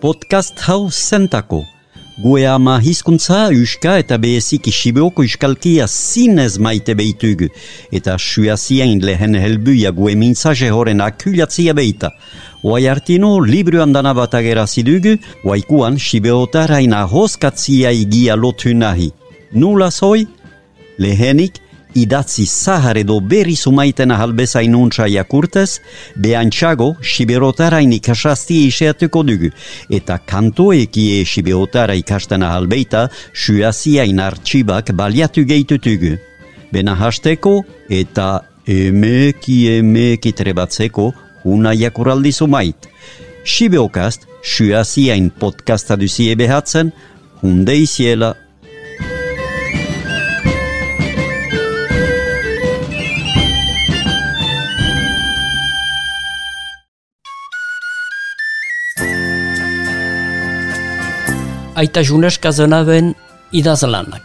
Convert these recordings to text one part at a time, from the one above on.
Podcast hau zentako. Gue ama hizkuntza euska eta behezik isibioko euskalkia zinez maite behitugu. Eta suazien lehen helbuia gue mintzaje horren akulatzia behita. Oai hartino, libruan dana bat agerazidugu, oaikuan sibeotarain ahoskatzia igia lotu nahi. Nula zoi? Lehenik, idatzi zahar edo berri sumaiten ahal bezain untsa jakurtez, behantxago siberotarain ikasasti iseatuko dugu, eta kantoeki siberotara ikasten ahal beita, suaziain artxibak baliatu gehitutugu. Bena hasteko eta emeki emeki trebatzeko una jakuraldi sumait. Sibeokast, suaziain podcasta duzie behatzen, hunde iziela aita junes kazonaben idazlanak.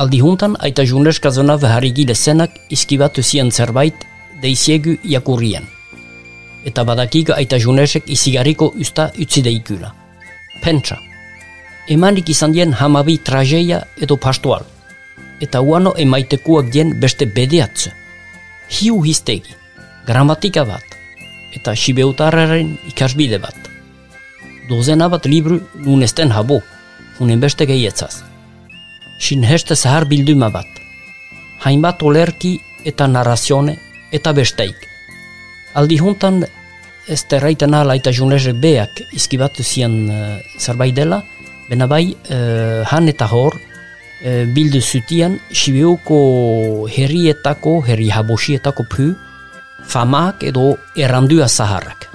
Aldi juntan, aita junes kazonabe harrigile zenak izkibatu zien zerbait deiziegu jakurrien. Eta badakik aita junesek izigarriko usta utzi deikula. Pentsa. Emanik izan dien hamabi trajeia edo pastual. Eta uano emaitekuak dien beste bedeatze. Hiu hiztegi, gramatika bat, eta sibeutarraren ikasbide bat dozena bat libru nun esten habo, unen beste gehietzaz. Sin heste zahar bilduma bat. Hainbat olerki eta narrazione eta besteik. Aldi juntan ez terraiten ala eta junezek beak izkibatu zian uh, zerbait dela, bena bai uh, han eta hor uh, bildu zutian sibioko herrietako, herri habosietako pu, famak edo errandua zaharrak.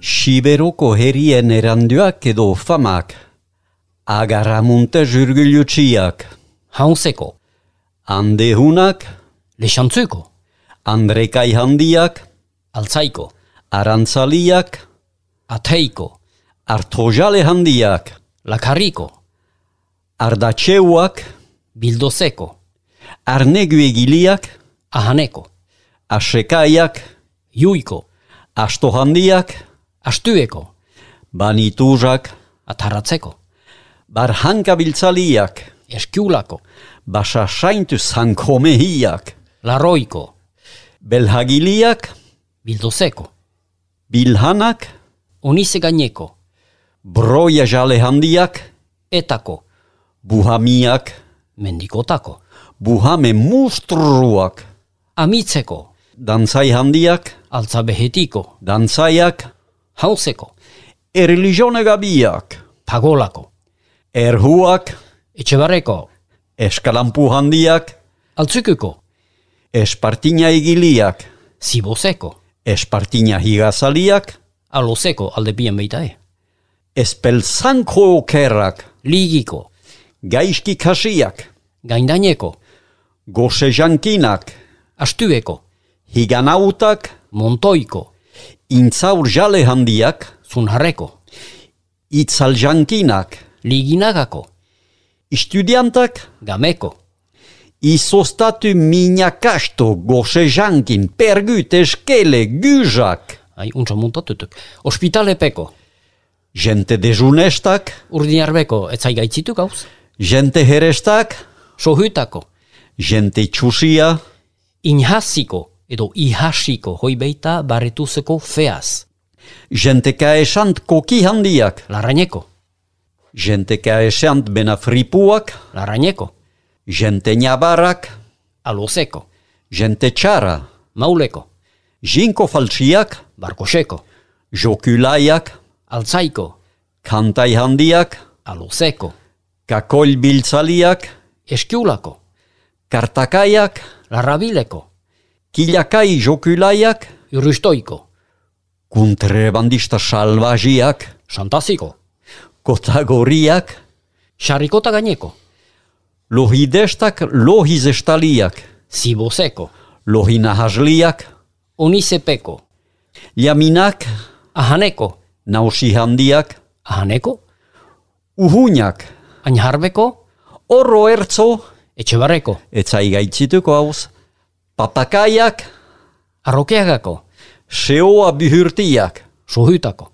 Siberoko herrien eranduak edo famak. Agarramunte jurgulutxiak. Haunzeko, Andehunak, lexantzuko, Andrekai handiak, altzaiko, Arantzaliak, ateiko, Artojale handiak, lakarriko, Ardatxeuak, bildozeko, Arnegu egiliak, ahaneko, Asekaiak, juiko, Astohandiak, astueko, Banituzak, ataratzeko, Barhankabiltzaliak, eskiulako, Basasaintu zankomehiak, laroiko, Belhagiliak, bildozeko, Bilhanak, onizegaineko, Broia jale handiak, etako, Buhamiak, mendikotako, Buhame mustruak, amitzeko, Dantzai handiak, altzabehetiko, Dantzaiak, hauzeko, Erlijone gabiak, pagolako, erhuak, etxebareko, eskalampu handiak, altzukuko, espartina egiliak, zibozeko, espartina higazaliak, alozeko alde eh? bien beitae, espelzanko okerrak, ligiko, gaizki kasiak, gaindaineko, goze jankinak, astueko, higanautak, montoiko, intzaur jale handiak, zunharreko, itzal jankinak, liginagako, estudiantak, gameko, izostatu minakasto goze jankin, pergut eskele guzak, Ai, untsa muntatutuk. Ospitalepeko, jente dejunestak, urdinarbeko, etzai gaitzituk hauz. jente herestak, Sohutako, jente txusia, inhasiko, edo ihasiko, hoi beita barretuzeko feaz. Jenteka esant koki handiak, Larraineko, jenteka esant bena fripuak, larraineko, jente nabarrak, alozeko, jente txara, mauleko, jinko faltsiak, barkoseko, jokulaiak, altzaiko, kantai handiak, alozeko, kakol biltzaliak, eskiulako, kartakaiak, larrabileko, kilakai jokulaiak, urrustoiko, kuntrebandista salvaziak, santaziko, kotagoriak, xarrikota gaineko, lohidestak lohizestaliak, zibozeko, lohinahazliak, onizepeko, jaminak, ahaneko, Nausi handiak, ahaneko, uhunak, ainharbeko, horro ertzo, etxebarreko, etzai gaitzituko hauz, papakaiak, arrokeagako, seoa bihurtiak, suhutako,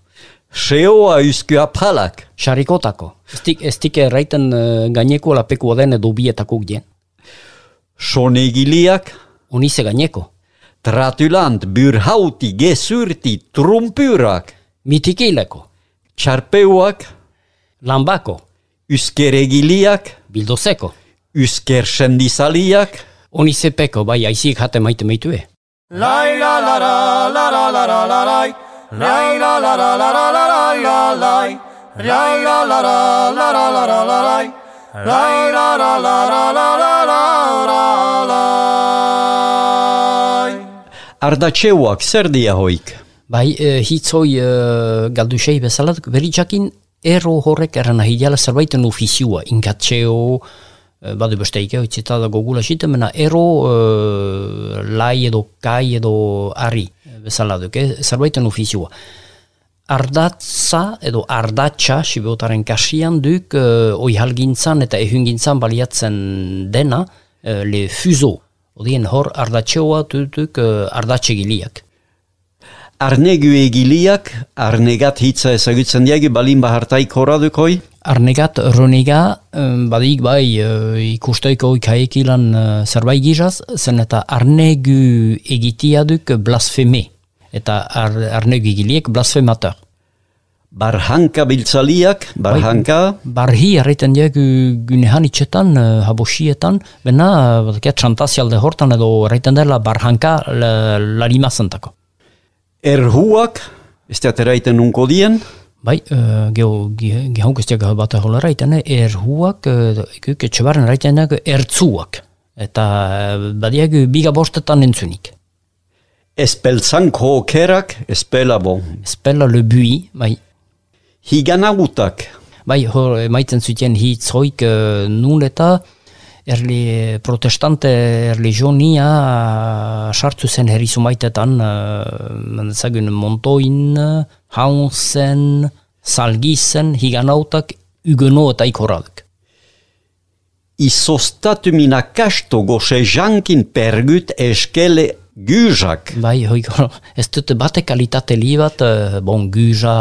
seoa uzkua palak, xarikotako. Estik, estik erraiten eh, gaineko lapekua den edo bietako gien. sonegiliak, Unize gaineko. tratulant, burhauti, gezurti, trumpurak, Mitikileko, txarpeuak, lanbako, uzkeregiliak, bildozeko. uzker sendizaliak, Unizepeko bai aizik jate maite meitue. Lai la la la la la la la la lai. Lai la la la la la la la la lai. Lai la la la la la la la la lai. Lai la la la la la la la la lai. ardatxeuak, zer diahoik, Bai, e, hitzoi e, galdusei bezala, beritxakin erro horrek erran nahi diala zerbaiten ofizioa, inkatzeo, e, badu besteik, eh, itzita da gogula zite, mena erro e, lai edo kai edo ari bezala duk, eh, zerbaiten ofizioa. Ardatza edo ardatxa, sibeotaren kasian duk, e, oihalgintzan eta ehungintzan baliatzen dena, e, le fuzo, odien hor ardatxeoa dutuk e, ardatxegiliak. arnegu egiliak, arnegat hitza ezagutzen diagi balin bahartaik horadukoi, Arnegat Roniga em, badik bai eh, ikusteiko ikaik ilan eh, zerbait gizaz, zen eta arnegu egitia duk blasfeme, eta ar, arnegu egiliek blasfemateur. barhanka biltzaliak, barhanka, Barhi erraiten diak gunehan itxetan, eh, habosietan, bena, eh, badakia txantazialde hortan edo erraiten dela barhanka lalimazentako. erhuak, ez teateraiten unko dien, Bai, uh, geho, ge- gehauk ez diak bat hola raiten, eh, erhuak, eh, ikuk etxebaren raitenak ertzuak. Eta eh, badiak biga bostetan entzunik. espeltzanko okerak, espelabo, Spela le bui, bai, higanagutak, bai hor maitzen zuten hitzoik uh, nun eta erli eh, protestante erlijionia eh, sartu zen herri sumaitetan, uh, ezagun Montoin, Hausen, Salgisen, Higanautak, Ugeno eta ikoradak. izostatumina kasto goxe jankin pergut eskele guzak, Bai, hoiko, ez dute bate kalitate li bat, eh, bon, guza,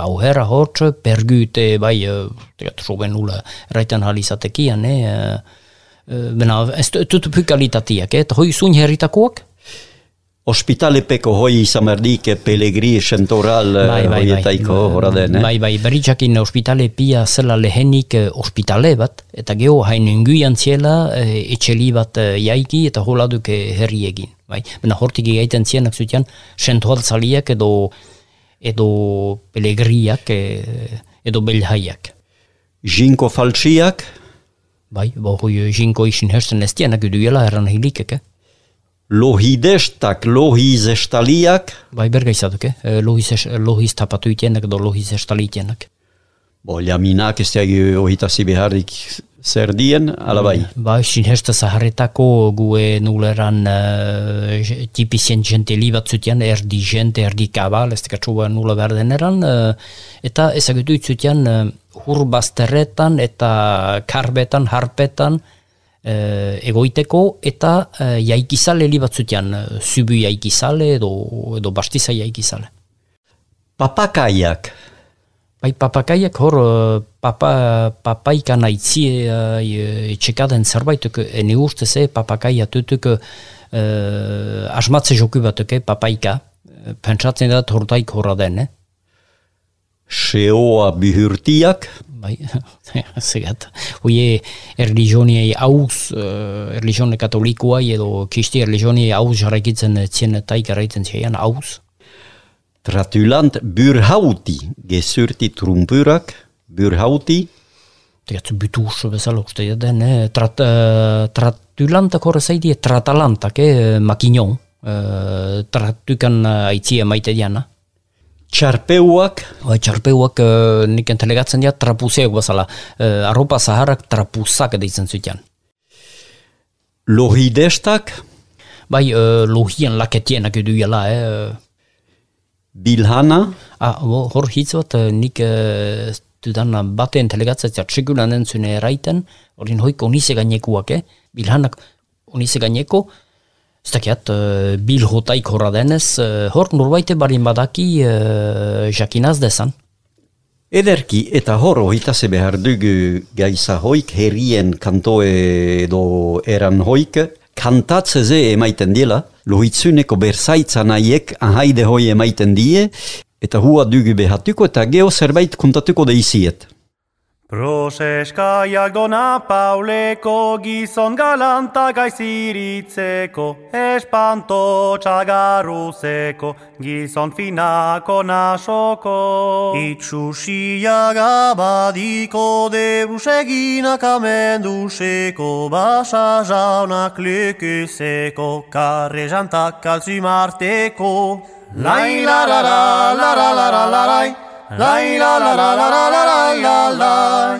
auhera hortz, pergute, bai, eh, tegat, soben ula, raitan halizatekian, eh, eh, bena, ez du- dute pu kalitatiak, eh, eta hoi zun herritakoak? ospitalepeko hoi izamerdike pelegri sentoral Bai, bai, bai. eh, hoietaiko horaden, eh? Bai, bai, beritxakin ospitale pia zela lehenik eh, ospitale bat, eta geho hain unguian ziela eh, etxeli bat eh, jaiki eta holaduk eh, herri egin. Bai, bena hortik egiten zienak zutian, sentualtzaliak edo edo pelegriak eh, edo belhaiak. Jinko faltsiak, Bai, bo hoi jinko isin herzen ez dienak duela erran hilikek, eh? lohidestak, lohizestaliak, Bai, bergaizaduk, eh? Lohiz, lohiz tapatu itenak edo lohiz estali itenak. bo, jaminak ez teagi ohitasi beharrik zer dien, ala bai. Ba, sinhesta zaharretako gue nuleran uh, tipizien jenteli bat zutian, erdi jente, erdi kabal, ez tekatsua nula behar deneran, eh, eta ezagutu itzutean uh, hurbazterretan eta karbetan, harpetan, eh, egoiteko eta eh, jaikizale li bat zutian, eh, zubu jaikizale edo, edo bastiza jaikizale. Papakaiak, Bai, papakaiak hor eh, papa, papaika naitzi eh, etxekaden zerbaituk, ene ustez, eh, papakaia tutuk eh, asmatze joku batuk, eh, papaika. Eh, Pentsatzen da hortaik horra den, eh? seoa bihurtiak, Bai, zegat. Hoe, erlijoniei hauz, eh, erlijione katolikoai edo kisti erlijioniei hauz jarraikitzen zien taik erraiten zian hauz. tratulant burhauti, gezurti trumpurak, burhauti, Tegat butuz bezala uste dut den, eh? Trat, eh, tratulantak horre zaidi, tratalantak, eh? makinon, eh, tratukan eh, aitzia maite diana. txarpeuak, Oa, txarpeuak eh, nik entelegatzen dira trapuzeak bezala, eh, arropa zaharrak trapuzak deitzen zutian. lohidestak, Bai, eh, lohien laketienak eduela, eh? Bilhana, Ah, bo, hor hitz bat, eh, nik eh, ez dudan baten telegatzatzea txekulan entzune eraiten, horien hoiko onize gainekuak, eh? Bilhanak onize gaineko, ez dakiat, eh, bil hotaik horra denez, eh, hor norbaite barin badaki eh, jakinaz dezan. Ederki eta hor ohitase behar dugu gaiza hoik, herrien kantoe edo eran hoik, kantatze ze emaiten dila, lohitzuneko berzaitza nahiek ahaide hoi emaiten die, eta hua dugu behatuko eta geho zerbait kontatuko deiziet. Proseskaiak dona pauleko gizon galanta gaiziritzeko, espanto txagarruzeko, gizon finako nasoko. Itxusiak abadiko debuseginak amenduseko, basa jaunak lekezeko, karre jantak kalzimarteko. Lai la la la la la la la la lai. Lai la la la la la la la la la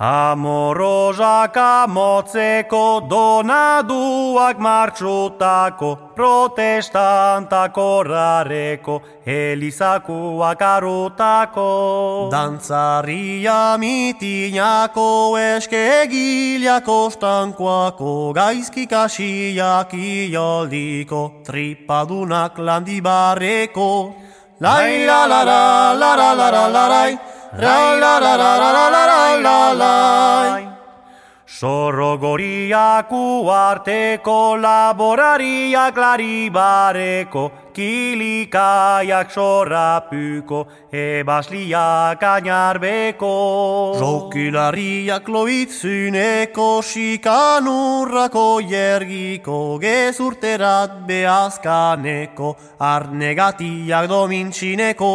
Amorozak amotzeko donaduak martxutako protestantak horrareko elizakuak arutako Dantzarria mitinako eskegileak ostankoako gaizki kasiak ioldiko tripadunak landibarreko Lai la la la la la la la la lai Lai la la la la la la la la lai Zorrogoriak uarteko laborariak laribareko Kilikaiak sorrapuko Ebasliak ainarbeko Zokilariak loitzuneko Sikanurrako jergiko Gezurterat behazkaneko Arnegatiak domintxineko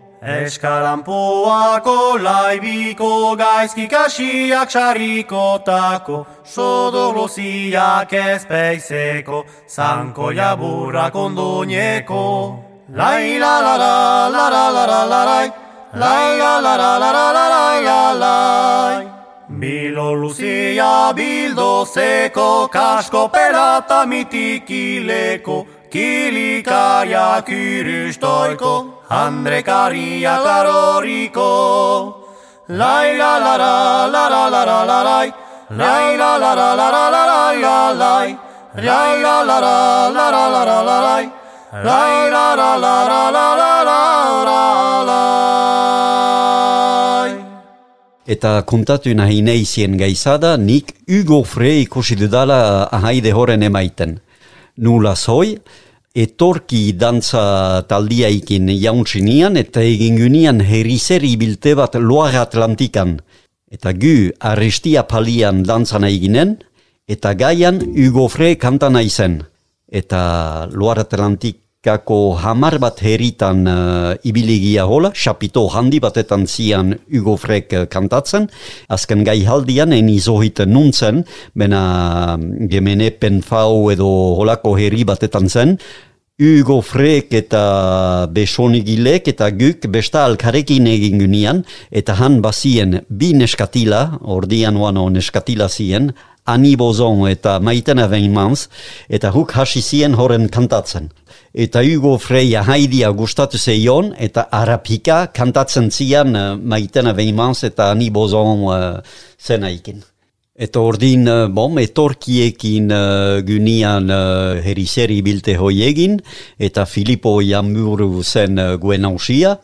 Eskalampoako laibiko gaizkikasiak xarikotako Sodoloziak ezpeizeko Zanko jaburrak ondoineko Lai la la la la la la la la lai Lai la la la la la la la la lai Bilo luzia bildozeko kasko pelata mitikileko Kilikaria kiristoiko Andrekaria laroriko Lai la la la la la la la la lai Lai la la la la la la la la lai Lai la la la la la la la la lai Lai la la la la la la la la lai Eta kontatu nahi neizien gaizada, nik Hugo Frey ikusi dudala ahaide horren emaiten. Nula zoi, etorki dantza taldiaikin jauntzinian eta egin gunean herrizeri bilte bat loar Atlantikan. Eta gu arrestia palian dantzan eginen, eta gaian Hugo Frey kantan aizen. Eta loar Atlantikako hamar bat herritan uh, ibilegia hola, chapito handi batetan zian Hugo Frek eh, kantatzen, azken gai haldian en izohit nuntzen, bena mm, gemene penfau edo holako herri batetan zen, Hugo Frek eta Besonigilek eta guk besta alkarekin egin gunean, eta han bazien bi neskatila, ordian oano neskatila zien, Ani Bozon eta Maitena Veinmans, eta huk hasi zien horren kantatzen. Eta Hugo Freia haidia gustatu zeion, eta Arapika kantatzen zian eh, Maitena Veinmans eta Ani Bozon eh, zenaikin. Eta ordin, eh, bom, etorkiekin uh, gunean uh, herizeri bilte hoiegin, eta Filippo Jamburu zen uh, guen hausia,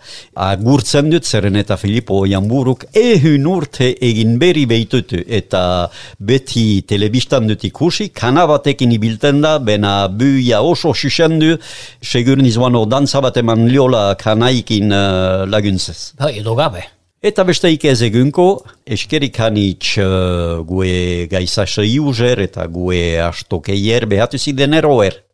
agurtzen dut, zeren eta Filippo Jamburuk ehun urte egin berri behitutu, eta beti telebistan dut ikusi, kanabatekin ibilten da, bena buia oso susendu, segur nizuan dantza bat eman liola kanaikin uh, laguntzez. Ba, edo gabe. Eta besteik ez egunko, eskerik eh, hanitz uh, gue gaizasa iuzer eta gue astokeier behatu ziden eroer.